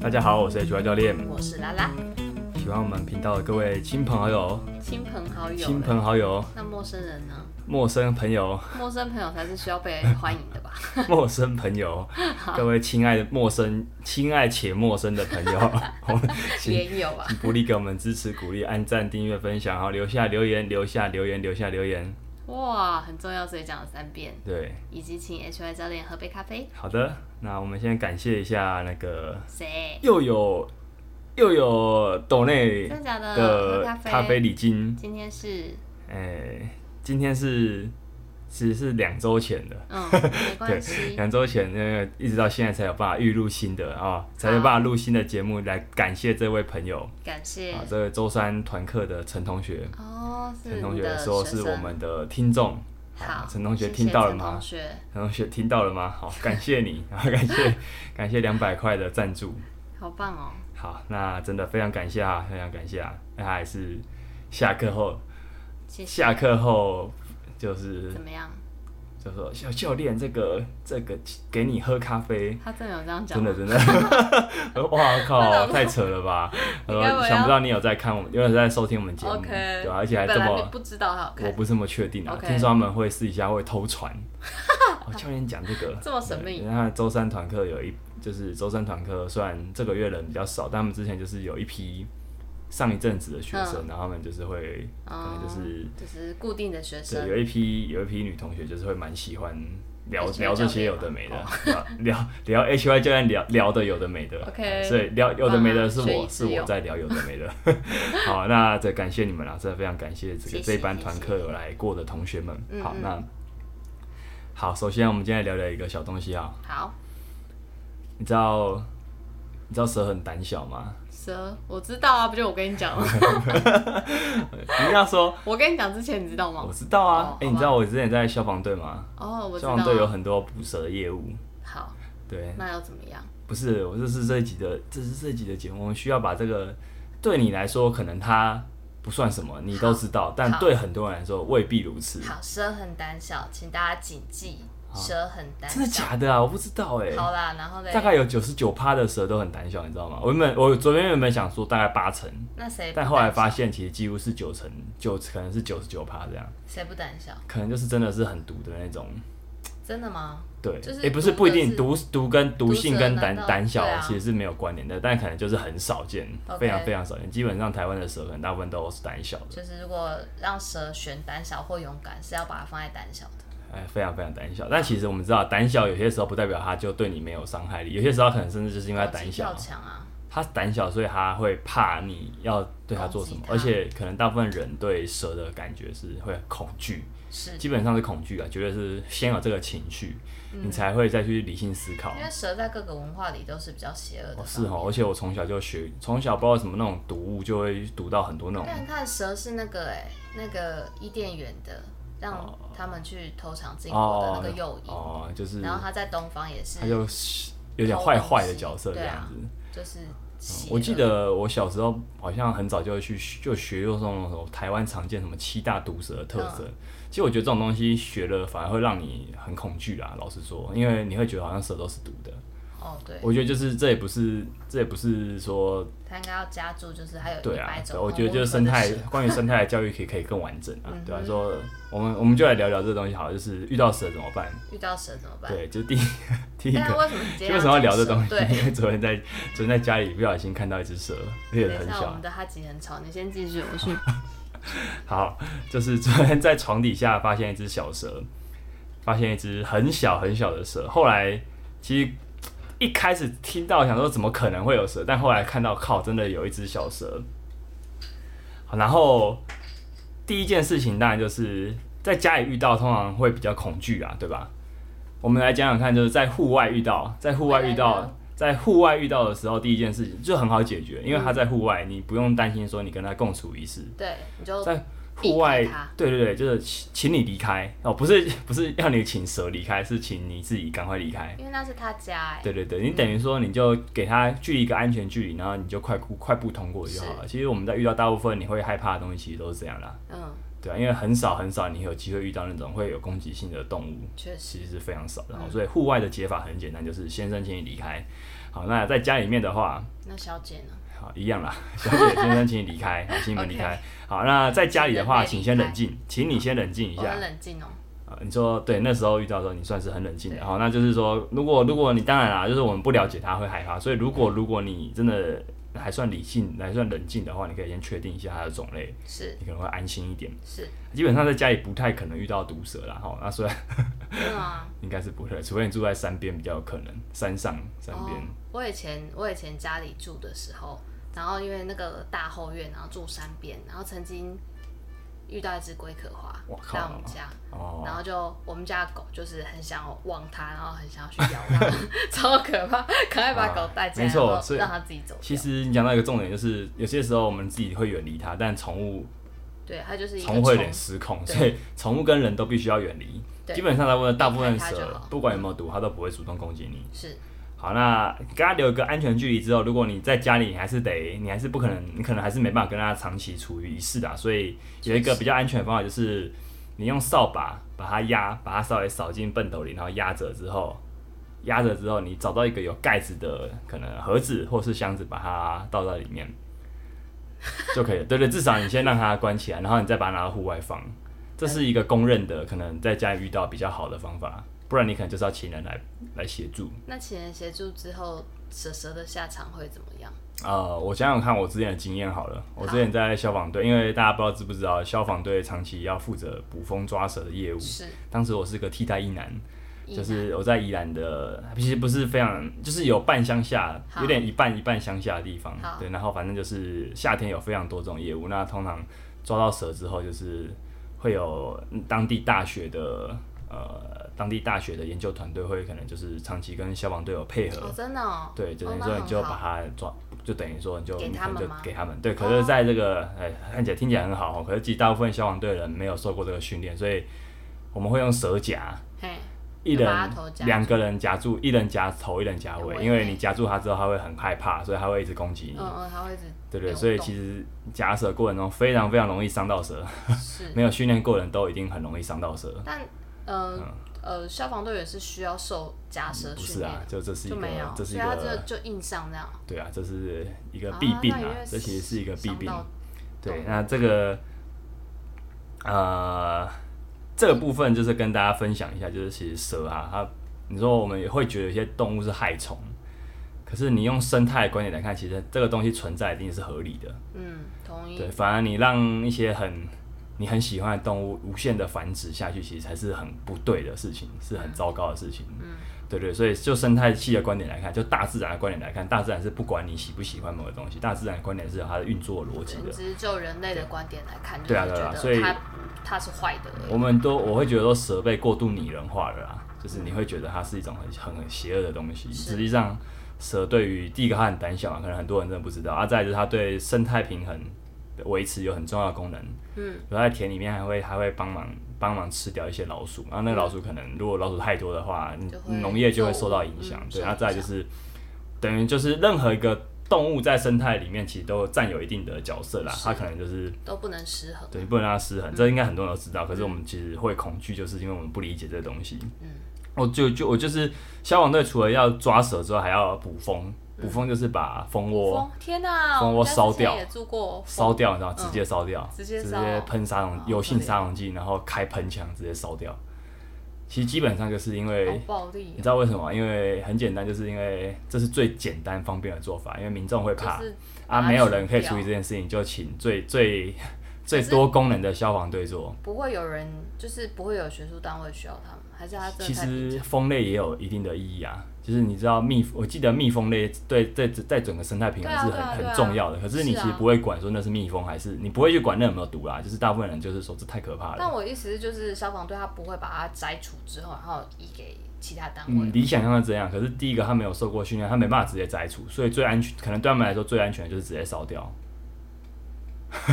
大家好，我是 HY 教练。我是拉拉，喜欢我们频道的各位亲朋好友、亲朋好友。亲朋好友、那陌生人呢？陌生朋 友、陌生朋友才是需要被欢迎 的吧？ 陌生朋友，各位亲爱的陌生、亲爱且陌生的朋友， 我们请也有吧。请不吝给我们支持、鼓励、按赞、订阅、分享，好，留下留言，留下留言，留下留言。哇，很重要，所以讲了三遍，对，以及请 HY 教练喝杯咖啡。好的，那我们先感谢一下那个谁？又有又有抖内真的假的？喝的咖啡。咖啡礼金，今天是，哎、今天是其实是两周前的。 嗯，没对关系，两周前，那个一直到现在才有办法预录新的啊、才有办法录新的节目来感谢这位朋友感谢啊，。这位周三团课的陈同学，哦，是陈你同学的说学是我生们的听众，好啊，陈同学谢听谢到了陈吗同学，陈同学听到了吗？ 好，感谢你，然后感谢感谢两百块的赞助，好棒哦！好，那真的非常感谢啊，非常感谢啊，那他也是下课后，谢谢。下课后就是怎么样？就说教教练这个这个给你喝咖啡。他真的有这样讲真的吗？真的，我说 哇靠，太扯了 吧！你然该不后会想要不到你有在看我们，有在收听我们节目 OK，对吧、而且还这本来么你，不知道他有我看，不这么确定啊。 OK 听说他们会私底下会偷 传，哦、教练讲这个这么神秘对那周三团课有一，就是周三团课，虽然这个月人比较少，但他们之前就是有一批上一阵子的学生，然后他们就是会，可能就嗯哦是就是固定的学对，生有一批有一批女同学就是会蛮喜欢聊 HY 聊这些有的没的，哦啊聊聊 H Y 教练聊聊的有的没的 OK 所以聊有的没的是学我以是致用我在聊有的没的。 好，那这感谢你们啦，真的非常感谢这谢个谢这一班谢团谢课有来过的同学们嗯。好，嗯那好，首先我们今天来聊聊一个小东西啊，好，你知道你知道蛇很胆小 吗？蛇，我知道啊，不就我跟你讲 吗？你要说我跟你讲之前你知道我吗？知道啊哦，哎，好吧你知道我之前在消防队吗？哦，我知道消啊、防队有很多捕蛇的业务，好，对，那要怎么样？不是，我这是这一集的，这是这一集的节目，我们需要把这个对你来说可能它不算什么，你都知道，但好对很多人来说未必如此。好，蛇很胆小，请大家谨记，好蛇很胆小。真的假的啊？我不知道哎、好啦，然后嘞，大概有九十九趴的蛇都很胆小，你知道吗？我原本我昨天原本想说大概八成，那谁？但后来发，现其实几乎是九成，九可能是九十九趴这样，谁不胆小？可能就是真的是很毒的那种。真的吗？对，就是也不是毒不一的定是毒毒跟毒毒性蛇跟难胆道胆小对啊其实是没有关联的，但可能就是很少见，非常 OK 非常少见。基本上台湾的蛇可能大部分都是胆小的，就是如果让蛇选胆小或勇敢，是要把它放在胆小的。哎，非常非常胆小。但其实我们知道，胆小有些时候不代表它就对你没有伤害力，有些时候可能甚至就是因为它攻胆击跳小，墙啊，它胆小，所以它会怕你要对它做什么，攻而击它且可能大部分人对蛇的感觉是会恐惧，是基本上是恐惧啊，绝对是先有这个情绪，你才会再去理性思考。嗯因为蛇在各个文化里都是比较邪恶的。哦，是哦，而且我从小就学，从小不知道什么那种读物，就会读到很多那种但看蛇是那个哎、那个伊甸园的，让哦他们去偷尝禁果的哦那个诱引，哦，就是然后他在东方也是他，就是有点坏坏的角色这对啊样子。嗯就是邪恶、我记得我小时候好像很早就去就学过这种什么台湾常见什么七大毒蛇的特色。嗯其实我觉得这种东西学了反而会让你很恐惧啦，老实说，因为你会觉得好像蛇都是毒的。哦，对，我觉得就是这也不是这也不是说他应该要加注，就是还有对一啊百，种对动物我科的蛇。觉得就是生态，关于生态的教育可以可以更完整啊，嗯对啊，说我们我们就来聊聊这个东西，好了，就是遇到蛇怎么办？遇到蛇怎么办？对，就是第一第一 但个，为什么你今天为什么要聊这讲东西？蛇对，因为昨天在昨天在家里不小心看到一只蛇，而且等很一下我小们，的哈吉很吵，你先继续，我去。好，就是 昨天在床底下发现一只小蛇，发现一只很小很小的蛇，后来其实。一开始听到想说怎么可能会有蛇，但后来看到靠，真的有一只小蛇。好然后第一件事情当然就是在家里遇到，通常会比较恐惧啊，对吧？我们来讲讲看，就是在户外遇到，在户外遇回来到呢，在户外遇到的时候，第一件事情就很好解决，因为它在户外，你不用担心说你跟它共处一室。对，你就在户外避开它，对对对，就是请请你离开哦，不是 不是要你请蛇离开，是请你自己赶快离开。因为那是他家哎、对对对，你等于说你就给它距离一个安全距离，然后你就快步快步通过就好了。其实我们在遇到大部分你会害怕的东西，其实都是这样啦。嗯，对啊，因为很少很少你有机会遇到那种会有攻击性的动物，确实，其实是非常少的。好嗯所以户外的解法很简单，就是先生请你离开。好，那在家里面的话，那小姐呢？好，一样啦，小 姐，先生，请你离开，好，请你们离开。好，那在家里的话，请请先你离开冷静，请你先冷静一我下很。冷静哦、啊你说对，那时候遇到的时候，你算是很冷静的。对好，那就是说，如果如果你当然啦，就是我们不了解他会害怕，所以如果如果你真的还算理性，还算冷静的话，你可以先确定一下它的种类，是你可能会安心一点。是，基本上在家里不太可能遇到毒蛇啦，好，那虽然真的 吗？应该是不会，除非你住在山边比较有可能，山上山边。哦。我以前我以前家里住的时候，然后因为那个大后院，然后住山边，然后曾经遇到一只龟壳花我靠在我们家，哦，然后就我们家的狗就是很想要望它，然后很想要去咬 它，超可怕，赶快把狗带进来，啊没错然后所以让它自己走掉。其实你讲到一个重点，就是有些时候我们自己会远离它，但宠物对，它就是一个宠物会有点失控，对所以宠物跟人都必须要远离。对基本上大部分大部分离开它就蛇好，不管有没有毒，它都不会主动攻击你。是好，那跟它留一个安全距离之后，如果你在家里，你还是得，你还是不可能，你可能还是没办法跟它长期处于一室的啊、所以有一个比较安全的方法就是，你用扫把把它压，把它稍微扫进畚斗里，然后压着之后，压着之后，你找到一个有盖子的可能盒子或是箱子，把它倒到里面就可以了。对对，至少你先让它关起来，然后你再把它拿到户外放。这是一个公认的，可能在家里遇到比较好的方法，不然你可能就是要请人来来协助。那请人协助之后，蛇蛇的下场会怎么样？呃，我想想看我之前的经验好了。我之前在消防队，因为大家不知道知不知道，消防队长期要负责捕风抓蛇的业务。是当时我是个替代役男，一就是我在宜兰的，其实不是非常，就是有半乡下，好有点一半一半乡下的地方好。对，然后反正就是夏天有非常多这种业务，那通常抓到蛇之后，就是会有嗯当地大学的呃当地大学的研究团队会可能就是长期跟消防队有配合，哦，真的哦，呃对，就哦等于那说你很就好把它抓，就等于说你就给你可他能们就吗给他们。对，可是在这个哎、看起来听起来很好，哦可是其实大部分消防队的人没有受过这个训练，所以我们会用蛇夹，嘿，一就人把它头夹两个人夹住，一人夹头，一人夹尾欸尾，因为嘿你夹住它之后，它会很害怕，所以它会一直攻击你。嗯嗯，它 会一直对对，所以其实实夹蛇过程中非常非常容易伤到蛇，是没有训练过的人都一定很容易伤到蛇。但呃呃，消防队员是需要受夹蛇嗯不训是练啊的，，就这是一就个没有，，这所是以一他这个，就硬上那样。对啊，这是一个啊弊病那啊因为，这其实是一个弊伤病。到哦对，那这个呃，这个部分就是跟大家分享一下，就是其实蛇啊，它你说我们也会觉得有些动物是害虫，可是你用生态的观点来看，其实这个东西存在一定是合理的。嗯，同意对，。反而你让一些很你很喜欢的动物无限的繁殖下去，其实才是很不对的事情，是很糟糕的事情。嗯，对对，所以就生态系的观点来看，就大自然的观点来看，大自然是不管你喜不喜欢某个东西，大自然的观点是有它的运作逻辑对的只。是就人类的观点来看，就是对啊觉对啊得所以它它是坏的而已。我们都我会觉得说蛇被过度拟人化了啦，就是你会觉得它是一种很很很邪恶的东西。是实际上，蛇对于第一个它很胆小嘛，可能很多人真的不知道啊。再来就是它对生态平衡的维持有很重要的功能。嗯，然后在田里面还会还会帮忙帮忙吃掉一些老鼠，然后那个老鼠可能如果老鼠太多的话，嗯就会你农业就会受到影响。嗯对，受然后再来影就响是等于就是任何一个动物在生态里面其实都占有一定的角色啦，是它可能就是。都不能失衡。对，不能让它失衡，这应该很多人都知道。可是我们其实会恐惧，就是因为我们不理解这个东西。嗯，我就就我就是消防队，除了要抓蛇之外，还要捕风。捕风就是把蜂窝风天哪，蜂窝我们家之烧前掉也做过烧嗯风掉，你知道，嗯直接烧掉，直接直烧接喷杀虫哦油性特别杀虫剂，然后开喷枪直接烧掉。其实基本上就是因好为暴哎你力哦知道为什么吗？因为很简单，就是因为这是最简单方便的做法，因为民众会哦，就怕是把啊，它没有人可以除处理掉这件事情，就请最最最可是多功能的消防队做。不会有人，就是不会有学术单位需要他们，还是他真其的太平实风类也有一定的意义啊，就是你知道蜜，我记得蜜蜂类对对在整个生态平衡是对啊对啊很对啊很重要的，可是你是其啊实不会管说那是蜜蜂还是你不会去管那有没有毒啦，就是大部分人就是说这太可怕但了。我意思是，就是消防队他不会把它摘除之后，然后移给其他单位。嗯，理想上是这样，可是第一个他没有受过训练，他没办法直接摘除，所以最安全，可能对他们来说最安全的就是直接烧掉。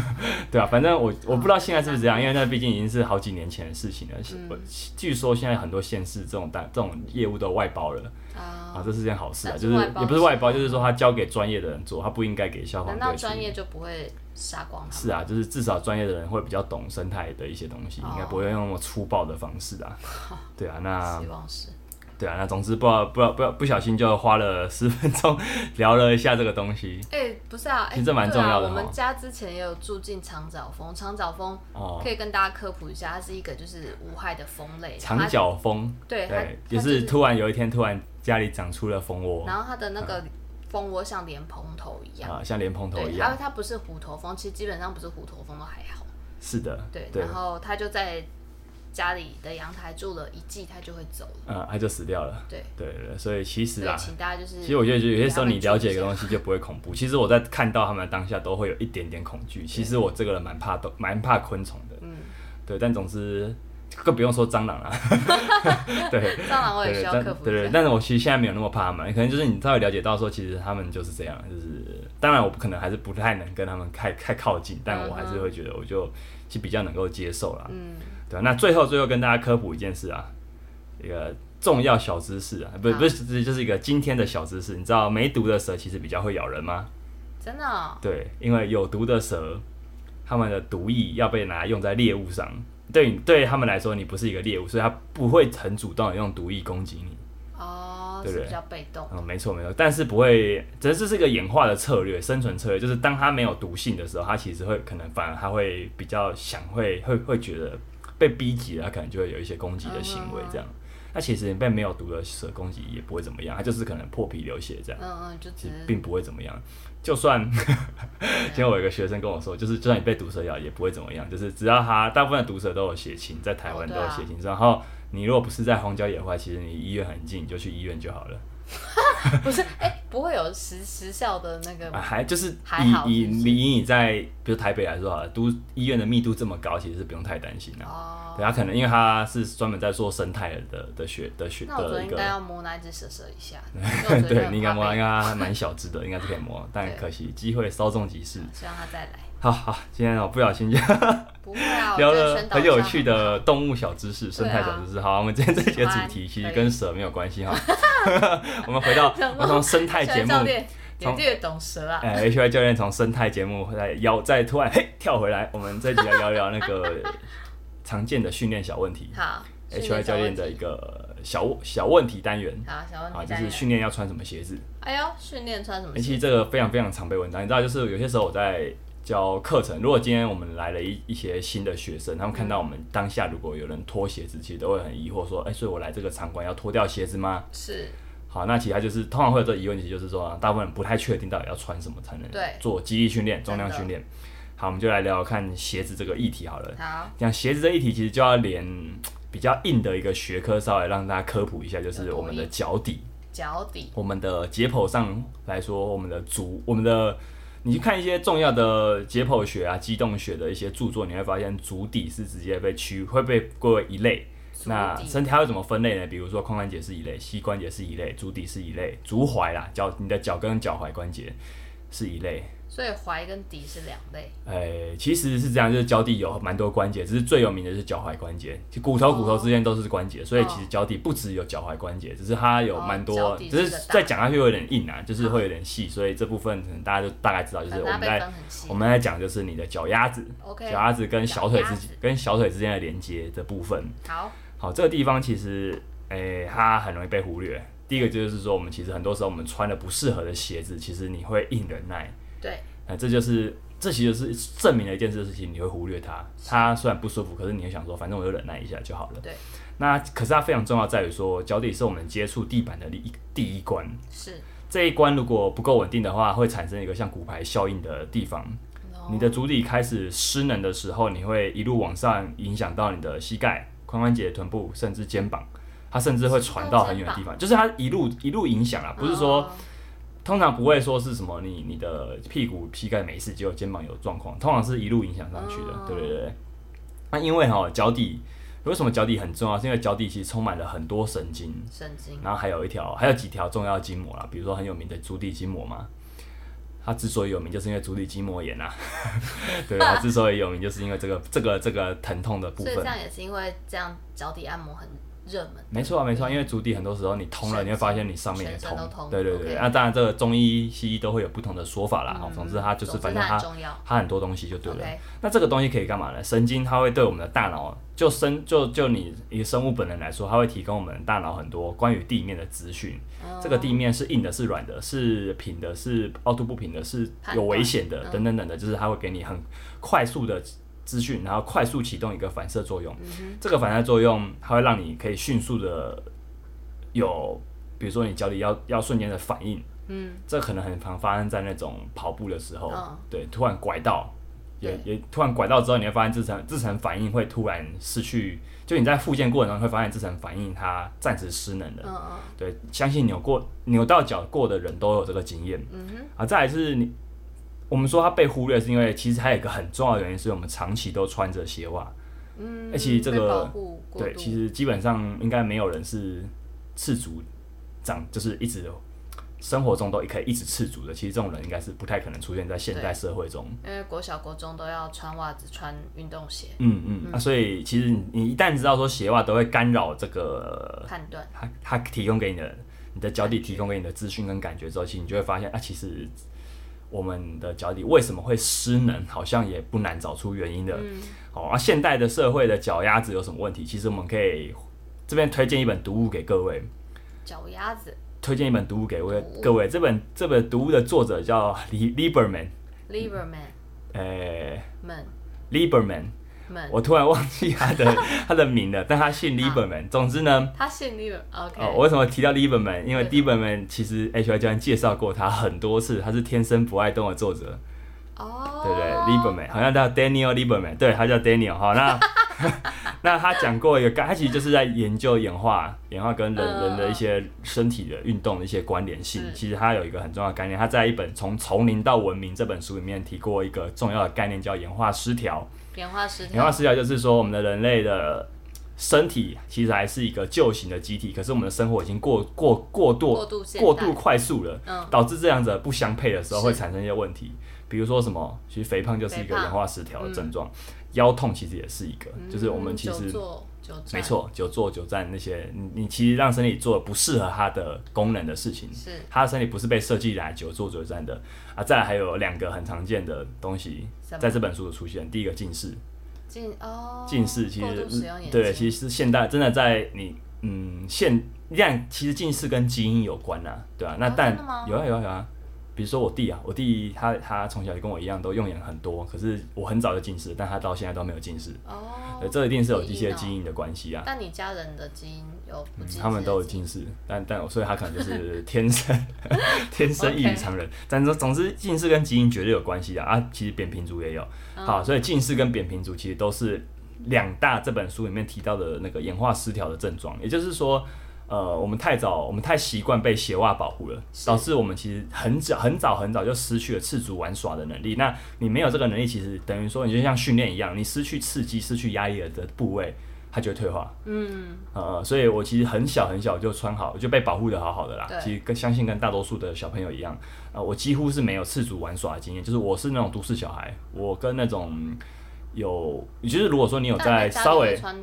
对啊，反正我我不哦知道现在是不是这样，因为那毕竟已经是好几年前的事情了。嗯我据说现在很多县市这种单这种业务都外包了。啊啊，，这是件好事啊，那就是是外包也不是外包，是吗就是说他交给专业的人做，他不应该给消防难队道去。专业就不会杀光它。是啊，就是至少专业的人会比较懂生态的一些东西，哦应该不会用那么粗暴的方式 啊。对啊，那希望是对啊，那总之不知道不知道不知道不小心就花了十分钟 聊了一下这个东西哎、不是啊，哎、其实这蛮重要的对啊。我哦们家之前也有住进长角蜂，长角蜂哦可。以跟大家科普一下，它是一个就是无害的蜂类，长角蜂，它对它对，也它是突然有一天突然家里长出了蜂窝然后它的那个蜂窝像莲蓬头一嗯样，啊，像莲蓬头对，一它样。它不是虎头蜂，其实基本上不是虎头蜂都还好，是的，对，对然，后它就在家里的阳台住了一季，它就会走了，嗯，它就死掉了。对，对对，对所以其实所啊以，请大家就是，其实我觉得有些时候你了解一个西，东西就不会恐怖。其实我在看到他们的当下都会有一点点恐惧。其实我这个人蛮怕动，蛮怕昆虫的。嗯，对，但总之更不用说蟑螂了。对。蟑螂我也对哦需要但克对服一对，下，但是我其实现在没有那么怕他们，可能就是你稍微了解到说，其实他们就是这样，就是当然我不可能还是不太能跟他们太太靠近，但我还是会觉得我就其实比较能够接受啦。嗯，对啊、那最后最后跟大家科普一件事啊，一个重要小知识啊，不好不是就是一个今天的小知识，你知道没毒的蛇其实比较会咬人吗？真的哦、对，因为有毒的蛇，它们的毒液要被拿来用在猎物上。对你对他们来说，你不是一个猎物，所以它不会很主动的用毒液攻击你。哦，对不是对比较被动，嗯，没错没错，但是不会，这这是个演化的策略，生存策略，就是当它没有毒性的时候，它其实会可能反而它会比较想会会会觉得被逼急了，它可能就会有一些攻击的行嗯为这样。那其实被没有毒的蛇攻击也不会怎么样，它就是可能破皮流血这样，嗯嗯，就其只实是并不会怎么样。就算 今天我有一个学生跟我说，就是就算你被毒蛇咬也不会怎么样，就是只要它大部分的毒蛇都有血清，在台湾哦都对有啊血清，然后你如果不是在荒郊野外，其实你医院很近，你就去医院就好了。不是，哎、不会有时时效的那个啊，还就是还以好以是不是以你在比如台北来说好了，都医院的密度这么高，其实是不用太担心的、哦。对，他可能因为他是专门在做生态的的学的学那我昨的天一应个 该，要摸那只蛇蛇一下，因为我昨天对，很你应该怕摸，被应该还蛮小只的，应该是可以摸，但对可惜机会稍纵即逝。希望它再来。好好，今天我不小心就不会啊，我聊觉得了宣导很有上趣的动物小知识、生态小啊知识。好，我们今天这节主题其实跟蛇没有关系哈， 我们回 到想我从生态宣节目教练从也略懂蛇啊，哎，HY 教练从生态节目再邀再突然嘿跳回来，我们这集来聊聊那 个常见的训练小问题好训，HY 练教练小的问一题个小小问题单元好小啊，问就题单是元。训练要穿什么鞋子。哎呦，训练穿什么哎其鞋？实这个非常非常常被问到，你知道，就是有些时候我在教课程，如果今天我们来了一一些新的学生，他们看到我们当下如果有人脱鞋子，其实都会很疑惑说，哎，所以我来这个场馆要脱掉鞋子吗？是好，那其他就是通常会有这个疑问，其实就是说、啊，大部分人不太确定到底要穿什么才能对做肌力训练、重真的量训练。好，我们就来聊聊看鞋子这个议题好了。好，讲鞋子这议题，其实就要连比较硬的一个学科，稍微让大家科普一下，就有是多我们的硬脚底，脚底我们的解剖上来说，我们的足，我们的。你去看一些重要的解剖学啊、机动学的一些著作，你会发现足底是直接被区会被归为一类，足那底身体它会怎么分类呢？比如说髋关节是一类，膝关节是一类，足底是一类，足踝啦，脚你的脚跟脚踝关节是一类。所以踝跟底是两类，呃，其实是这样，就是脚底有蛮多关节，只是最有名的是脚踝关节，就骨头哦骨头之间都是关节，所以哦其实脚底不只有脚踝关节，只是它有蛮哦多，脚底只是是个大再讲下去会有点硬啊，就是会有点细，所以这部分可能大家就大概知道，就是我反正它们被在分很细我。们在讲就是你的脚丫子，脚啊 OK，丫子跟小腿脚之丫间子跟小腿之间的连接的部分。好，好，这个地方其实，诶、它很容易被忽略。第一个就是说，我们其实很多时候我们穿了不适合的鞋子，其实你会硬忍耐，对，那、哎这就是这其实是证明了一件事情，你会忽略它。它虽然不舒服，可是你会想说，反正我就忍耐一下就好了。对。那可是它非常重要在于说，脚底是我们接触地板的第一第一关，是。这一关如果不够稳定的话，会产生一个像骨牌效应的地方。哦你的足底开始失能的时候，你会一路往上影响到你的膝盖、髋关节、臀部，甚至肩膀，它甚至会传到很远的地方，就是它一路一路影响啊，不是说、哦通常不会说是什么你你的屁股、膝盖没事，结果肩膀有状况，通常是一路影响上去的，哦对对对。那因为哈脚底为什么脚底很重要？是因为脚底其实充满了很多神经，神经然后还有一条，还有几条重要筋膜啦，比如说很有名的足底筋膜嘛。它之所以有名，就是因为足底筋膜炎啊。 对，它之所以有名，就是因为这个这个这个疼痛的部所以这分。样也是因为这样脚底按摩很热门的。没错啊，没错啊，因为足底很多时候你通了，全你会发现你上面也全身都通对对对， OK 那、当然这个中医西医都会有不同的说法啦。好，嗯总之它啊就是总反之正它它很重要。它很多东西就对了。 OK，那这个东西可以干嘛呢？神经它会对我们的大脑，就生就就你以生物本能来说，它会提供我们大脑很多关于地面的资讯。嗯这个地面是硬的，是软的，是平的，是凹凸不平的，是判断有危险的，嗯等等等的，就是它会给你很快速的资讯，然后快速启动一个反射作用。嗯这个反射作用，它会让你可以迅速的有，比如说你脚底要要瞬间的反应，嗯，这可能很常发生在那种跑步的时候，嗯对，突然拐到，也对也突然拐到之后，你会发现自身自身反应会突然失去，就你在复健过程中会发现自身反应它暂时失能了。嗯嗯对，相信扭过扭到脚过的人都有这个经验。嗯哼，啊，再来是你，我们说它被忽略，是因为其实还有一个很重要的原因，是我们长期都穿着鞋袜。嗯，哎其实这被个保护过对，度其实基本上应该没有人是赤足长，就是一直生活中都可以一直赤足的。其实这种人应该是不太可能出现在现代社会中。因为国小国中都要穿袜子、穿运动鞋，嗯嗯，啊，所以其实你你一旦知道说鞋袜都会干扰这个判断它它提供给你的你的脚底提供给你的资讯跟感觉之后，其实你就会发现啊，其实我们的脚底为什么会失能，好像也不难找出原因的。好、啊，现代的社会的脚丫子有什么问题？其实我们可以这边推荐一本读物给各位，脚丫子推荐一本读物给各读物各位。这本这本读物的作者叫 Li- Lieberman， ，Liberman 呃们，Lieberman，们，我突然忘记他的他的名了，但他姓 Lieberman。总之呢。他姓 Liber，OK，、哦，我为什么提到 Lieberman？因为对 Lieberman 其实 H Y 教练介绍过他很多次，他是《天生不爱动》的作者，哦，对不对？Lieberman 好像叫 Daniel Lieberman，对他叫 Daniel 好， 那 那他讲过一个概，他其实就是在研究演化、演化跟人、嗯人的一些身体的运动的一些关联性是。其实他有一个很重要的概念，他在一本《从丛林到文明》这本书里面提过一个重要的概念，叫演化失调。演化失演化调，失调就是说，我们的人类的身体其实还是一个旧型的机体，可是我们的生活已经过过过度过度现代过度快速了，嗯导致这样子不相配的时候是会产生一些问题，比如说什么，其实肥胖就是一肥个胖演化失调的症状，腰痛其实也是一个，嗯就是我们其久实。坐久没，站错，久坐久站那些，你你其实让身体做了不适合它的功能的事情，是他的身体不是被设计来久坐久站的啊。再来还有两个很常见的东西什么在这本书的出现，第一个近视，近哦，近视其过实嗯度使用眼对，睛其实现代真的在你嗯现你看，其实近视跟基因有关呐、对啊，那哦但、真的吗有啊有啊有啊，比如说我弟啊，我弟他他从小就跟我一样都用眼很多，可是我很早就近视，但他到现在都没有近视，哦对，，这一定是有一些基基因哦因的关系啊。但你家人的基因有不嗯近视的基因、他们都有近视，但但我所以他可能就是天生天生异于 OK 常人。但总总之，近视跟基因绝对有关系的啊。其实扁平足也有，好，所以近视跟扁平足其实都是两大这本书里面提到的那个演化失调的症状。也就是说，呃，我们太早，我们太习惯被鞋袜保护了，导致我们其实很早很早很早就失去了赤足玩耍的能力。那你没有这个能力，其实等于说你就像训练一样，你失去刺激、失去压力的部位，它就会退化。嗯呃，所以我其实很小很小就穿好，就被保护的好好的啦。对其实跟相信跟大多数的小朋友一样，呃，我几乎是没有赤足玩耍的经验，就是我是那种都市小孩，我跟那种有，就是如果说你有那在你家里稍会微穿，在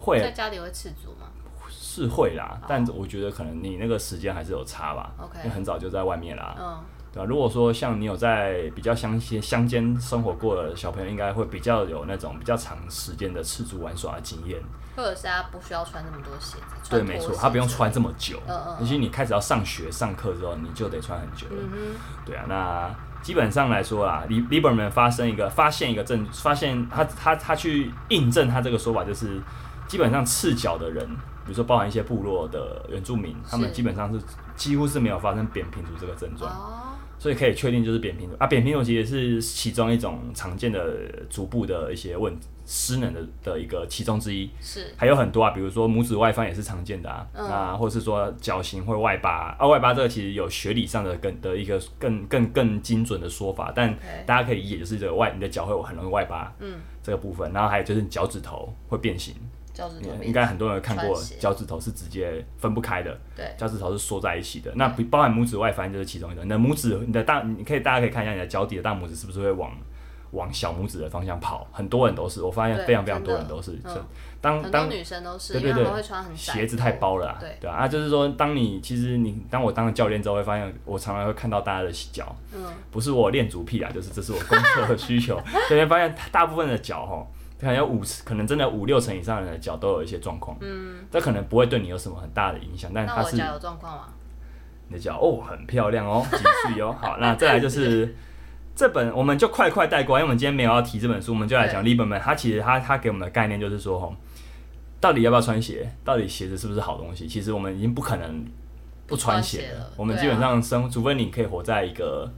会啊家里会赤足吗？是会啦哦，但我觉得可能你那个时间还是有差吧 OK 因为很早就在外面啦，嗯，对吧、啊如果说像你有在比较乡间乡间生活过的小朋友，应该会比较有那种比较长时间的赤足玩耍的经验。或者是他不需要穿那么多鞋子，对，穿没拖错，鞋他不用之类穿的。这么久。嗯嗯尤其你开始要上学、上课之后，你就得穿很久了。嗯对啊，那基本上来说啦，Li-，Lieberman 发生一个发现一个证，发现他他他去印证他这个说法，就是基本上赤脚的人，比如说包含一些部落的原住民，他们是基本上是几乎是没有发生扁平足这个症哼，状，哦，所以可以确定就是扁平足啊，扁平足其实是其中一种常见的足部的一些问失能的的一个其中之一。是还有很多啊，比如说拇指外翻也是常见的啊，嗯那或是说脚型会外八啊，外八这个其实有学理上的更的一个更更更精准的说法，但 OK 大家可以理解就是这个外你的脚会很容易外八，嗯，这个部分，然后还有就是你脚趾头会变形，脚趾头你变嗯应该很多人有看过穿鞋脚趾头是直接分不开的，对，嗯脚趾头是缩在一起的，那不包含拇指外翻就是其中一个，你的拇指你的大你可以大家可以看一下你的脚底的大拇指是不是会往往小拇指的方向跑，很多人都是，我发现对非常非常真多的人都是，嗯这当很多当女生都是，对因为对他对们会穿很窄，鞋子太包了啊、对对啊，啊就是说，当你其实你当我当了教练之后，会发现我常常会看到大家的脚，嗯，不是我练足癖啊，就是这是我功课的需 求，所以会发现大部分的脚哈，可能有五十，可能真的五六成以上的人的脚都有一些状况，嗯，这可能不会对你有什么很大的影响，但那它我是脚有状况吗？你的脚哦，很漂亮哦，继续哦，好，那再来就是。 这本我们就快快带过，因为我们今天没有要提这本书，我们就来讲 Lieberman。他其实他他给我们的概念就是说，吼，到底要不要穿鞋？到底鞋子是不是好东西？其实我们已经不可能不穿鞋不穿鞋了我们对啊基本上生，除非你可以活在一个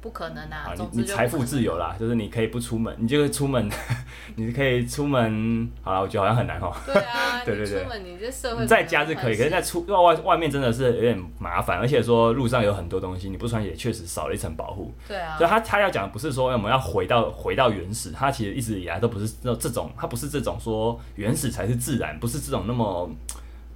不可能啊啊，，你总之你就财富自由啦，就是你可以不出门，你就会出门， 你可以出门。好了，我觉得好像很难哦。不可 能。对啊，对对你对出门你这社会在家是可以，可是在出到外外面真的是有点麻烦，而且说路上有很多东西，你不穿鞋确实少了一层保护。对啊所，以他他要讲的不是说我们要回到回到原始，他其实一直以来都不是这这种，他不是这种说原始才是自然，不是这种那么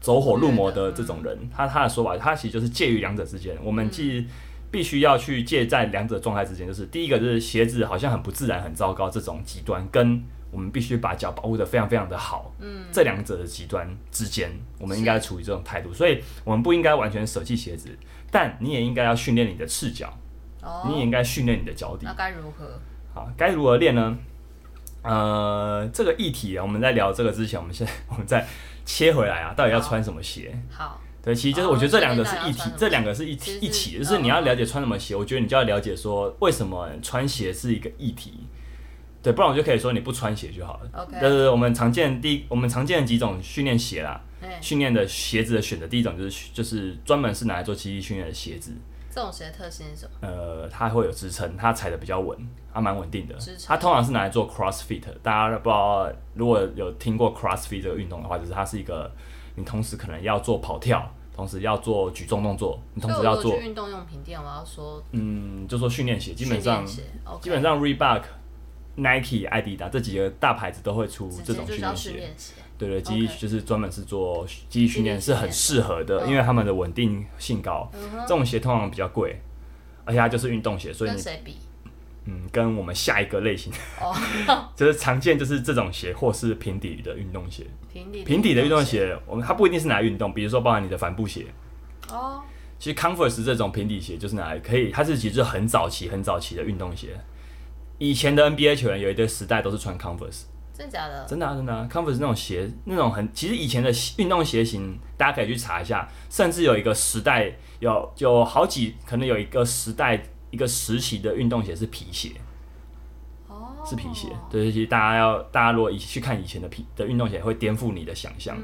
走火入魔的这种人。他他的说法，他其实就是介于两者之间。我们既必须要去介在两者状态之间，就是第一个就是鞋子好像很不自然、很糟糕这种极端，跟我们必须把脚保护的非常非常的好，嗯，这两者的极端之间，我们应该处于这种态度，所以我们不应该完全舍弃鞋子，但你也应该要训练你的赤脚，哦，你也应该训练你的脚底那。该如何？好，该如何练呢？呃，这个议题啊，我们在聊这个之前，我们先 我们再切回来啊，到底要穿什么鞋？好，对，其实就是哦我觉得这两个是一所以到底要穿体什，么这两个是一体其实是一起，嗯就是你要了解穿什么鞋，我觉得你就要了解说为什么穿鞋是一个议题。对，不然我就可以说你不穿鞋就好了。 OK 就是我们常见的第一，我们常见的几种训练鞋啦，哎，训练的鞋子的选择，第一种就是就是专门是拿来做肌力训练的鞋子，这种鞋的特性是什么？呃，它会有支撑，它踩的比较稳，它蛮稳定的支。撑它通常是拿来做 CrossFit，大家不知道如果有听过 CrossFit 这个运动的话，就是它是一个你同时可能要做跑跳，同时要做举重动作，你同时要所以我如做果去运动用品店，我要说嗯，就说训练鞋，基本上训练鞋，OK 基本上 Reebok、Nike、艾迪达这几个大牌子都会出直这接种就训叫练训鞋。练鞋，对对，肌力 OK 就是专门是做肌力训练是很适合的，嗯因为他们的稳定性高。这种鞋通常比较贵，而且它就是运动鞋，所以跟你谁比？嗯，跟我们下一个类型，哦， 就是常见就是这种鞋，或是平底的运动鞋。平底平底的运动鞋，我们它不一定是拿来运动，比如说包含你的帆布鞋。哦，其实 Converse 这种平底鞋就是拿来可以，它是其实很早期很早期的运动鞋。以前的 NBA 球员有一堆时代都是穿 Converse，真假的？真的啊真的啊，Converse 那种鞋，那种很其实以前的运动鞋型，大家可以去查一下，甚至有一个时代有有好几，可能有一个时代一个时期的运动鞋是皮鞋。哦，是皮鞋，对，其实大家要大家如果一去看以前的皮的运动鞋，会颠覆你的想象。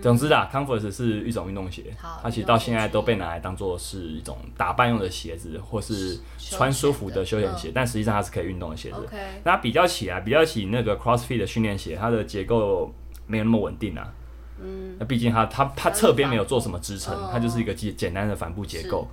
总之啦，Converse 是一种运动鞋嗯好，它其运实动到鞋现在之都一被拿来当做是一种打扮用的鞋子，或是休穿舒闲服的的休闲嗯哦鞋，但实际上它是可以运动的鞋子。 ，OK，那比较起来，比较起那个 CrossFit 的训练鞋，它的结构没有那么稳定啊。嗯，那毕竟它它它它是侧边没帆有做什么支撑哦，它就是一个简简单的帆布结构。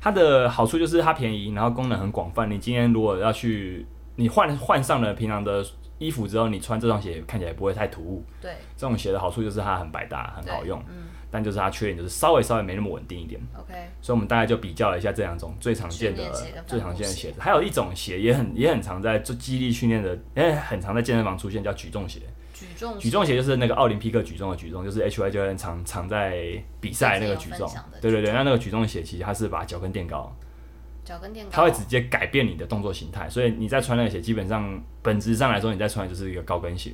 它的好处就是它便宜，然后功能很广泛。你今天如果要去，你换换上了平常的衣服之后，你穿这双鞋看起来也不会太突兀。对，这种鞋的好处就是它很百搭，很对好用，嗯但就是它缺点就是稍微稍微没那么稳定一点。 ，OK，所以我们大概就比较了一下这两种最常见的训练鞋跟最常见的帆布鞋鞋子，还有一种鞋也很也很常在做肌力训练的，也很常在健身房出现，叫举重鞋。举重举重鞋就是那个奥林匹克举重的举重，就是 H Y 教练常常在比赛那个举之前有重分享的。哦对对对，那那个举重鞋其实它是把脚跟垫高，脚跟垫高，它会直接改变你的动作形态，所以你在穿那个鞋，基本上本质上来说，你在穿的就是一个高跟鞋，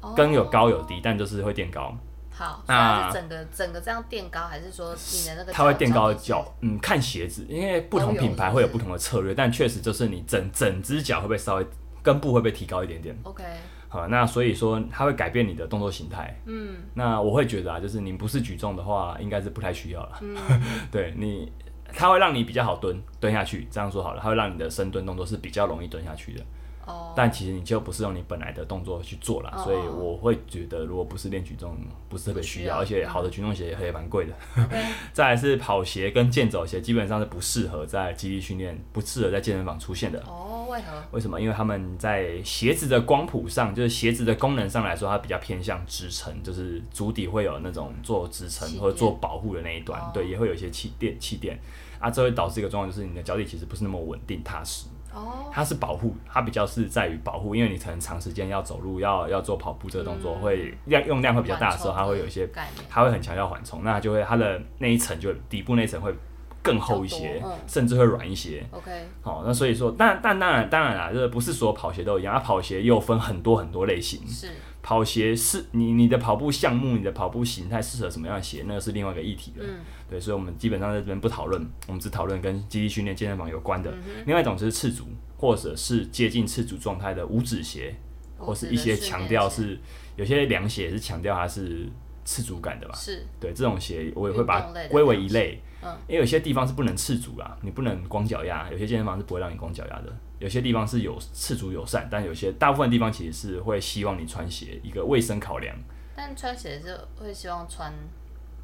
哦跟有高有低，但就是会垫高，好，所以那它是整个整个这样垫高，还是说你的那个它会脚垫高底是脚，嗯，看鞋子，因为不同品牌会有不同的策略，但确实就是你整整只脚会被稍微根部会被提高一点点。 ？OK，好，那所以说它会改变你的动作形态。嗯，那我会觉得啊，就是你不是举重的话，应该是不太需要了。 对你，它会让你比较好蹲蹲下去，这样说好了，它会让你的深蹲动作是比较容易蹲下去的。哦，但其实你就不是用你本来的动作去做啦，哦所以我会觉得，如果不是练举重，不是特别需要，不而需要且好的举重鞋也蛮贵的。 OK， 再来是跑鞋跟健走鞋，基本上是不适合在基地训练，不适合在健身房出现的。哦，为何？为什么？因为他们在鞋子的光谱上，就是鞋子的功能上来说，它比较偏向支撑，就是足底会有那种做支撑气垫或者做保护的那一端，哦对，也会有一些气垫气垫啊，这会导致一个状况，就是你的脚底其实不是那么稳定踏实。哦，它是保护，它比较是在于保护，因为你可能长时间要走路，要要做跑步这个动作，嗯会量用量会比较大的时候，缓冲它会有一些，概念，它会很强调缓冲，那就会它的那一层就底部那一层会更厚一些比较，多嗯甚至会软一些。 OK，好、那所以说，但但当然当然啦，这不是所有跑鞋都一样，它啊跑鞋又分很多很多类型。是跑鞋是你你的跑步项目、你的跑步形态适合什么样的鞋，那个是另外一个议题了。嗯对，所以我们基本上在这边不讨论，我们只讨论跟基地训练、健身房有关的。嗯哼另外一种就是赤足，或者是接近赤足状态的五指鞋，哦或是一些强调是有些凉鞋是强调它是赤足感的吧？是对，这种鞋我也会把运动类它的归为一类，嗯因为有些地方是不能赤足啦，你不能光脚丫，有些健身房是不会让你光脚丫的，有些地方是有赤足友善，但有些大部分地方其实是会希望你穿鞋，一个卫生考量，但穿鞋是会希望穿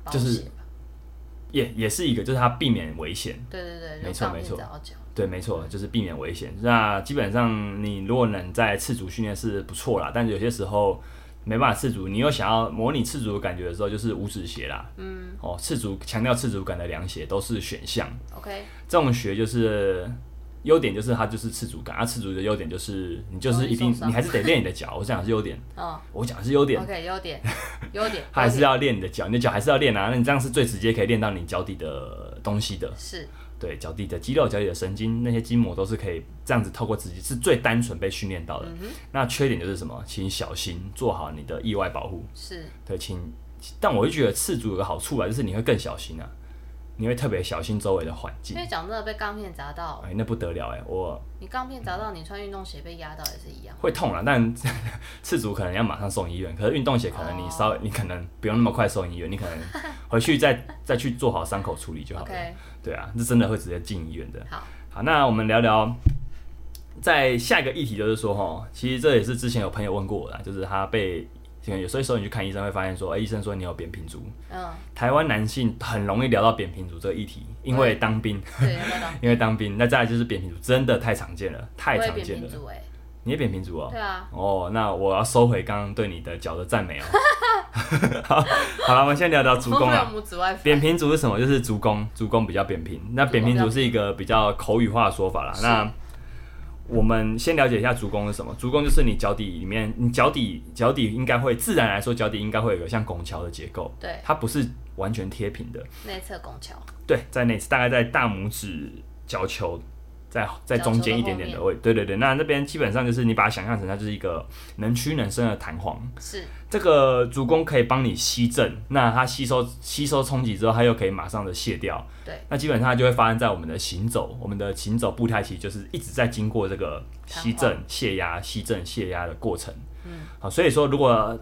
包就鞋是吧，也也是一个就是它避免危险。对对对，没就错上没面错找脚，对，没错，就是避免危险。那基本上你如果能在赤足训练是不错啦，但有些时候没办法赤足，你又想要模拟赤足的感觉的时候，就是五指鞋啦。嗯，哦，赤足强调赤足感的凉鞋都是选项。 OK，这种鞋就是优点就是它就是赤足感，啊它、赤足的优点就是你就是一定、容易受伤你还是得练你的脚。我讲的是优点，嗯我讲的是优点， ，OK，优点， 优点，它还是优要练你的脚，你的脚还是要练啊。那你这样是最直接可以练到你脚底的东西的。点是对脚底的肌肉、脚底的神经那些筋膜都是可以这样子透过自己是最单纯被训练到的。那缺点就是什么？请小心做好你的意外保护。是对，请，但我就觉得赤足有个好处啊，就是你会更小心啊，你会特别小心周围的环境因。为讲真的，被钢片砸到，哎，那不得了哎、我你钢片砸到，你穿运动鞋被压到也是一样。会痛了，但 赤足可能要马上送医院，可是运动鞋可能你稍微你可能不用那么快送医院，你可能回去再再去做好伤口处理就好了。 OK，对啊，这真的会直接进医院的。好，好，那我们聊聊，在下一个议题就是说，哈，其实这也是之前有朋友问过我的啊，就是他被有时候你去看医生会发现说，哎、医生说你有扁平足，嗯，台湾男性很容易聊到扁平足这个议题，因为当兵，对，要不要当？因为当兵，那再来就是扁平足真的太常见了，太我也常扁见平了。足哎，你也扁平足哦。对啊，哦，那我要收回刚刚对你的脚的赞美哦。好，好了，我们先聊聊足我弓会有 啊。拇指外翻扁平足是什么？就是足弓，足弓比较扁平。那扁平足是一个比较口语化的说法啦。是那我们先了解一下足弓是什么？足弓就是你脚底里面，你脚底脚底应该会自然来说，脚底应该会有个像拱桥的结构，对，它不是完全贴平的。内侧拱桥，对，在那大概在大拇指脚球在在中间一点点脚球的的后位置。对对对，那那边基本上就是你把它想象成它就是一个能屈能伸的弹簧。是这个足弓可以帮你吸震，那它吸收吸收冲击之后，它又可以马上的卸掉。对，那基本上它就会发生在我们的行走，我们的行走步态其实就是一直在经过这个吸弹震、泄压、吸震、泄压的过程。嗯，好，所以说如果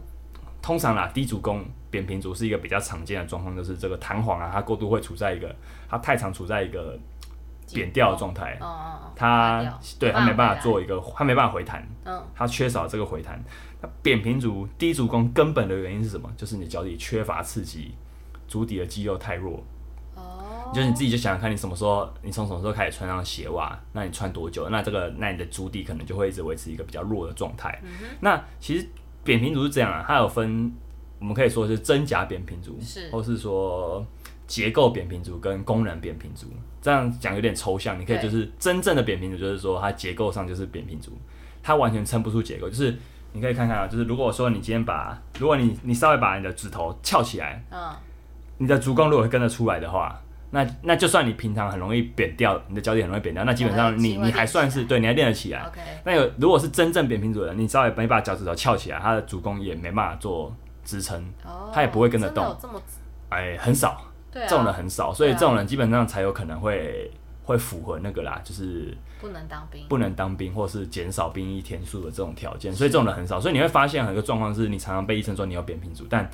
通常啦，低足弓、扁平足是一个比较常见的状况，就是这个弹簧啊，它过度会处在一个它太常处在一个扁掉的状态，嗯嗯嗯，垮它掉对它没办法，回做一个，它没办法回弹。来嗯，它缺少这个回弹。那扁平足低足弓根本的原因是什么？就是你脚底缺乏刺激，足底的肌肉太弱。哦，就是你自己就想想看，你什么时候，你从什么时候开始穿上鞋袜？那你穿多久？那这个，那你的足底可能就会一直维持一个比较弱的状态。那其实扁平足是这样啊，它有分，我们可以说是真假扁平足，是或是说结构扁平足跟功能扁平足。这样讲有点抽象，你可以对就是真正的扁平足，就是说它结构上就是扁平足，它完全撑不出结构，就是。你可以看看啊，就是如果说你今天把，如果你你稍微把你的指头翘起来，嗯，你的足弓如果跟得出来的话，那那就算你平常很容易扁掉，你的脚底很容易扁掉，那基本我上还你有机会你还算是对，你还练得起来。 OK，那有如果是真正扁平足的人，你稍微没把脚趾头翘起来，他的足弓也没办法做支撑，哦，它也不会跟着真的动有这么哎，很少，对啊，这种人很少，所以对啊这种人基本上才有可能会会符合那个啦，就是不能当兵，不能当兵或是减少兵役天数的这种条件，所以这种人很少。所以你会发现很多状况是你常常被医生说你有扁平足，但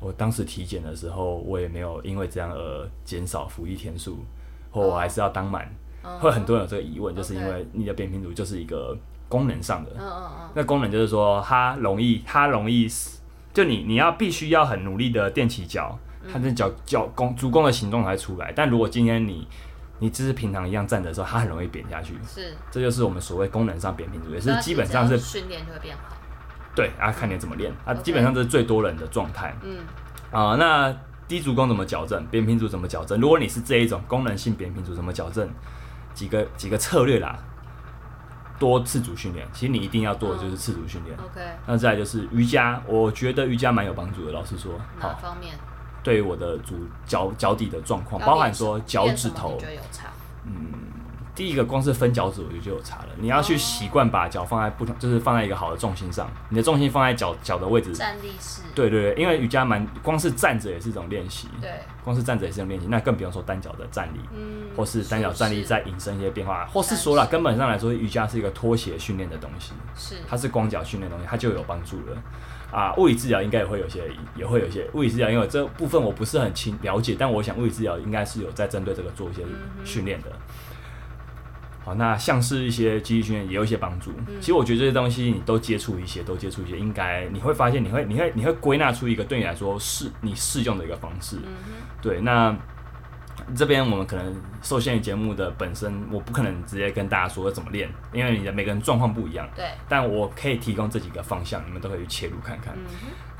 我当时体检的时候，我也没有因为这样而减少服役天数，或哦我还是要当满。嗯会很多人有这个疑问，就是因 OK 为你的扁平足就是一个功能上的，嗯嗯那功能就是说它容易，它容易死，就你你要必须要很努力的踮起脚，它的脚脚弓足弓的形状才出来。但如果今天你你只是平常一样站着的时候，它很容易扁下去。嗯，是，这就是我们所谓功能上扁平足，也所以是它基本上只是要训练就会变好，对啊，看你怎么练啊， OK 基本上这是最多人的状态嗯，啊。那低足弓怎么矫正？扁平足怎么矫正？如果你是这一种功能性扁平足，怎么矫正？几个几个策略啦。多次足训练，其实你一定要做的就是次足训练。 OK，那再来就是瑜伽，我觉得瑜伽蛮有帮助的。老实说，哪好，方面？对于我的足脚脚底的状况，哦要包含练什说么脚练趾什么头你，觉得有差？第一个光是分脚趾，我觉得就有差了。你要去哦习惯把脚放在不同，就是放在一个好的重心上，你的重心放在脚脚的位置。站立式，对对对，因为瑜伽蛮光是站着也是一种练习，对，光是站着也是一种练习，那更不用说单脚的站立，嗯，或是单脚站立是再引申一些变化，或是说了根本上来说，瑜伽是一个拖鞋训练的东西，是它是光脚训练的东西，它就有帮助了。啊，物理治疗应该也会有些，也会有些物理治疗，因为这部分我不是很清了解，但我想物理治疗应该是有在针对这个做一些训练的。好，那像是一些肌力训练也有一些帮助。其实我觉得这些东西你都接触一些，都接触一些，应该你会发现你会你会你会归纳出一个对你来说适你适用的一个方式。嗯对，那这边我们可能受限于节目的本身，我不可能直接跟大家说怎么练，因为你的每个人状况不一样。对，但我可以提供这几个方向，你们都可以去切入看看。嗯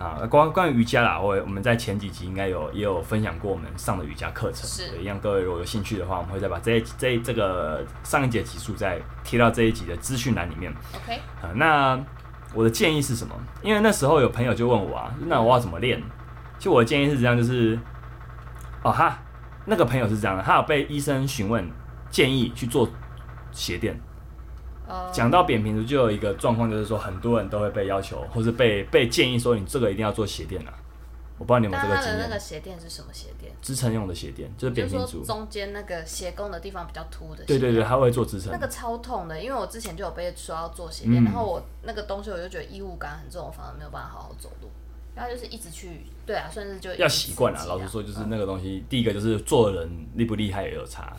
哼，啊，关关于瑜伽啦，我我们在前几集应该有也有分享过我们上的瑜伽课程，是对一样各位如果有兴趣的话，我们会再把这一这一这个上一节集数再贴到这一集的资讯栏里面。 OK，啊，那我的建议是什么？因为那时候有朋友就问我啊，那我要怎么练？就我的建议是这样，就是哦哈，那个朋友是这样的，他有被医生询问建议去做鞋垫。呃，讲到扁平足，就有一个状况，就是说很多人都会被要求，或是被被建议说你这个一定要做鞋垫啊。我不知道你有没有但这个它经的那验个。鞋垫是什么鞋垫？支撑用的鞋垫就是就扁是平说足，中间那个鞋弓的地方比较凸的，对对对，，它会做支撑那。个超痛的，因为我之前就有被说要做鞋垫，嗯然后我那个东西我就觉得异物感很重，我反而没有办法好好走路，然后就是一直去，对啊，算是就要习惯啊，老实师说，就是那个东西，第一个就是做人厉不厉害也有 差。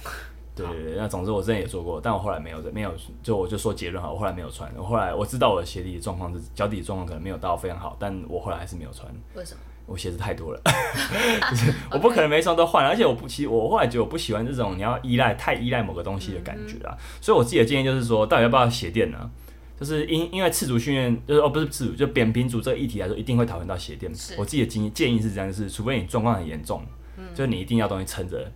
对对对，那总之我之前也做过，但我后来没有没有，就我就说结论好，我后来没有穿。我后来我知道我的鞋底状况是脚底状况可能没有到非常好，但我后来还是没有穿。为什么？我鞋子太多了，就是我不可能每一双都换，而且我不其实我后来觉得我不喜欢这种你要依赖太依赖某个东西的感觉啦，所以我自己的建议就是说，到底要不要鞋垫呢？就是因因为赤足训练，就是哦不是赤足，就扁平足这个议题来说，一定会讨论到鞋垫是。我自己的建议建议是这样，就是除非你状况很严重，就是你一定要东西撑着，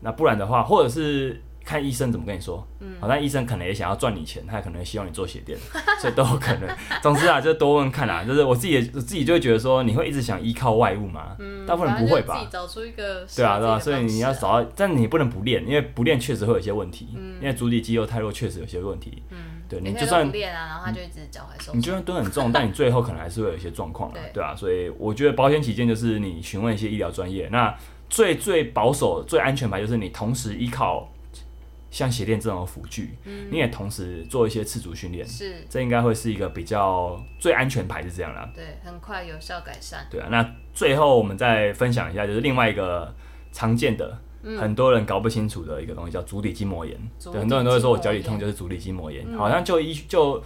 那不然的话，或者是看医生怎么跟你说。嗯好，但医生可能也想要赚你钱，他可能也希望你做鞋垫， 所以都有可能。总之啊，就多问看啦、就是我自己也我自己就会觉得说，你会一直想依靠外物吗？大部分人不会吧嗯反正就自己？找出一个对啊，对啊，适所合以自己你的要方式啊找到，但你不能不练，因为不练确实会有一些问题，因为足底肌肉太弱确实有些问题。嗯，对你你可以就算用练啊，然后他就一直脚踝受你伤，就算蹲很重，但你最后可能还是会有一些状况啊对，对啊，所以我觉得保险起见，就是你询问一些医疗专业。那最最保守、最安全牌就是你同时依靠像鞋垫这种辅具，你也同时做一些次足训练，是，这应该会是一个比较最安全牌是这样啦。对，很快有效改善，对啊，那最后我们再分享一下，就是另外一个常见的。很多人搞不清楚的一个东西叫嗯足底筋膜炎，嗯足对，底很多人都会说我脚底筋膜痛炎就是足底筋膜炎，好像就医就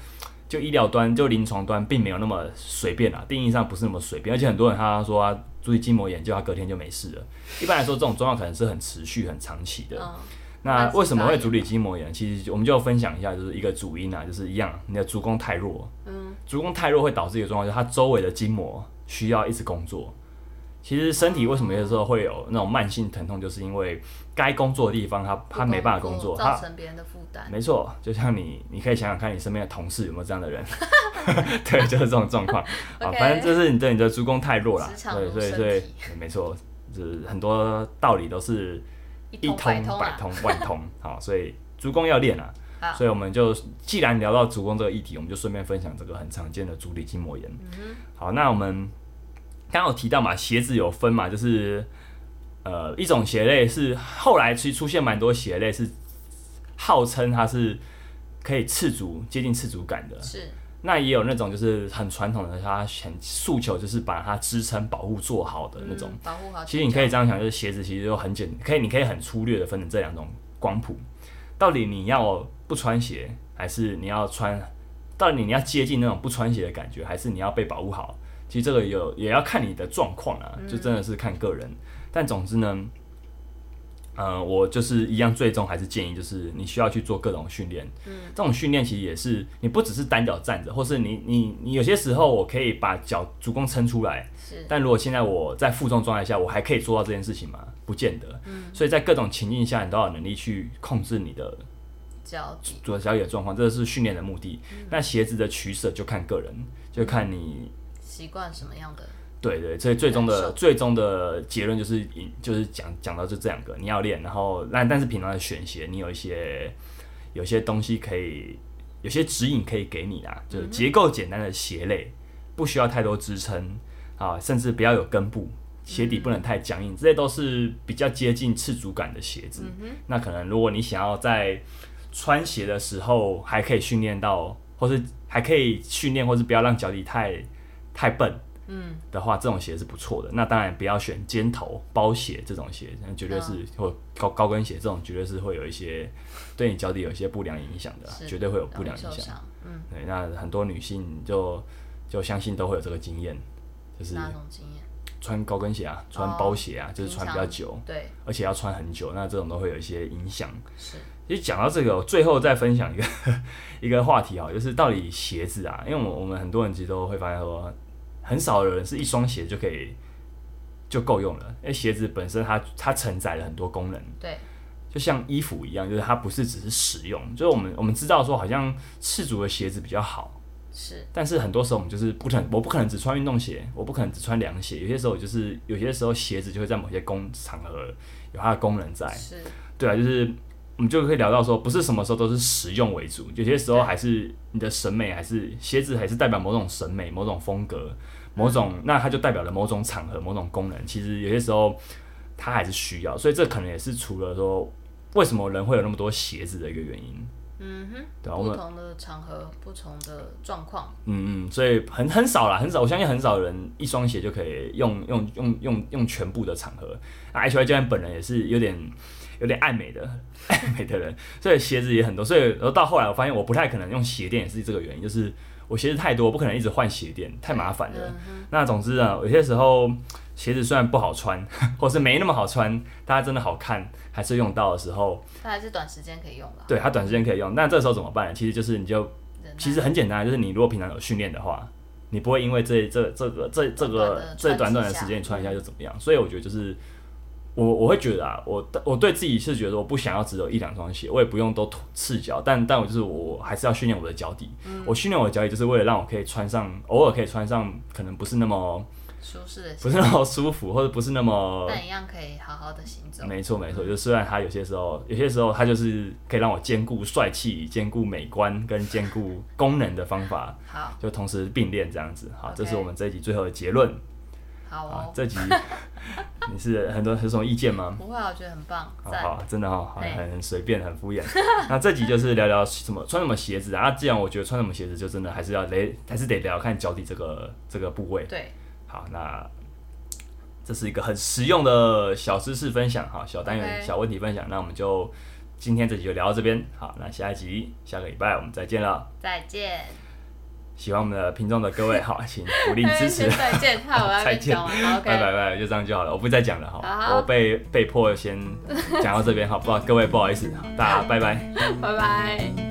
就医疗端就临床端并没有那么随便啊，定义上不是那么随便，而且很多人他说他足底筋膜炎，就他隔天就没事了。一般来说，这种状况可能是很持续、很长期的。嗯，那为什么会足底筋膜炎？其实就我们就分享一下，就是一个主因啊，就是一样，你的足弓太弱。嗯，足弓太弱会导致一个状况，就是它周围的筋膜需要一直工作。其实身体为什么有的时候会有那种慢性疼痛，就是因为该工作的地方它它没办法工作，它造成别人的负担，没错，就像你，你可以想想看你身边的同事有没有这样的人， 对，就是这种状 况啊。 OK 反正就是你对你的足弓太弱了职，场对如对身对体，没错，就是很多道理都是一通百通啊，通万通，好，所以足弓要练啊。好所以我们就既然聊到足弓这个议题，我们就顺便分享这个很常见的足底筋膜炎。好，那我们刚刚有提到嘛，鞋子有分嘛，就是呃一种鞋类是后来其实出现蛮多鞋类是号称它是可以赤足接近赤足感的，是，那也有那种就是很传统的，它很诉求就是把它支撑保护做好的那种。嗯保护好，其实你可以这样想，就是鞋子其实就很简，可以你可以很粗略的分成这两种光谱。到底你要不穿鞋，还是你要穿？到底你要接近那种不穿鞋的感觉，还是你要被保护好？其实这个有也要看你的状况啊，就真的是看个人。但总之呢，呃，我就是一样，最终还是建议就是你需要去做各种训练。嗯，这种训练其实也是你不只是单脚站着，或是你你你有些时候我可以把脚足弓撑出来，是但如果现在我在负重状态下，我还可以做到这件事情吗？不见得。所以在各种情境下，你都要有能力去控制你的交底。左小野的状况，这是训练的目的。那鞋子的取舍就看个人，就看你习惯什么样的？对对，所以最终感的受最终的结论就是引，就是讲讲到就这两个，你要练，然后那但是平常的选鞋，你有一些有些东西可以，有些指引可以给你啦，嗯就是结构简单的鞋类，不需要太多支撑啊，甚至不要有根部，鞋底不能太僵硬，这些都是比较接近赤足感的鞋子。那可能如果你想要在穿鞋的时候还可以训练到，或是还可以训练，或是不要让脚底太太笨。的话，这种鞋是不错的。那当然不要选尖头包鞋这种鞋，那绝对是、或高高跟鞋这种，绝对是会有一些对你脚底有一些不良影响的啦，啊是绝对会有不良影容易受响。伤。嗯，对，那很多女性就就相信都会有这个经验，就是哪种经验？穿高跟鞋啊，穿包鞋啊，就是穿比较久，对，而且要穿很久，那这种都会有一些影响。是其实讲到这个，我最后再分享一个 一个话题啊，就是到底鞋子啊，因为我们我们很多人其实都会发现说，很少有人是一双鞋就可以就够用了，因为鞋子本身它它承载了很多功能，对，就像衣服一样，就是它不是只是使用，就是我们我们知道说好像赤足的鞋子比较好，是但是很多时候我们就是不可能，我不可能只穿运动鞋，我不可能只穿凉鞋，有些时候就是有些时候鞋子就会在某些工场合有它的功能在，是，对啊，就是我们就可以聊到说，不是什么时候都是实用为主，有些时候还是你的审美，还是鞋子，还是代表某种审美、某种风格、某种，那它就代表了某种场合、某种功能。其实有些时候它还是需要，所以这可能也是除了说为什么人会有那么多鞋子的一个原因，嗯哼，对啊，我不们同的场合，不同的状况，嗯嗯，所以很很少啦，很少，我相信很少人一双鞋就可以用用用用用全部的场合。啊，H Y 教练本人也是有点有点爱美的 爱美的人，所以鞋子也很多。所以然后到后来我发现我不太可能用鞋垫，也是这个原因，就是我鞋子太多，我不可能一直换鞋垫，太麻烦了。那总之啊，有些时候鞋子虽然不好穿， 或是没那么好穿，大家真的好看，还是用到的时候，它还是短时间可以用的。对它短时间可以用。那这时候怎么办呢？其实就是你就忍耐其实很简单，就是你如果平常有训练的话，你不会因为这这这个这这个这短短的时间你穿一下嗯就怎么样。所以我觉得就是我我会觉得啊，我我对自己是觉得我不想要只有一两双鞋，我也不用都脱赤脚，但但我就是我还是要训练我的脚底。我训练我的脚底就是为了让我可以穿上，偶尔可以穿上可能不是那么舒适的不行，是那么舒服，或者不是呃嗯那么但一样可以好好的行走。没错没错，就虽然它有些时候，有些时候它就是可以让我兼顾帅气、兼顾美观跟兼顾功能的方法，好，就同时并练这样子。好 OK 这是我们这一集最后的结论。好好，哦，这集 你是很多很什么意见吗？不会啊，我觉得很棒，好 赞。好，真的哦，好对很很随便，很敷衍。那这集就是聊聊什么穿什么鞋子啊。那既然我觉得穿什么鞋子，就真的还是要得还是得聊看脚底这个这个部位。对，好，那这是一个很实用的小知识分享，哈，小单元 OK 小问题分享。那我们就今天这集就聊到这边，好，那下一集下个礼拜我们再见了。再见。喜欢我们的听众的各位，好，请鼓励 支持先。再见，害我要 再被见讲完。OK，拜拜拜，就这样就好了，我不再讲了哈，好我被被迫先讲到这边，好，不好？各位不好意思，好大家拜拜。拜拜。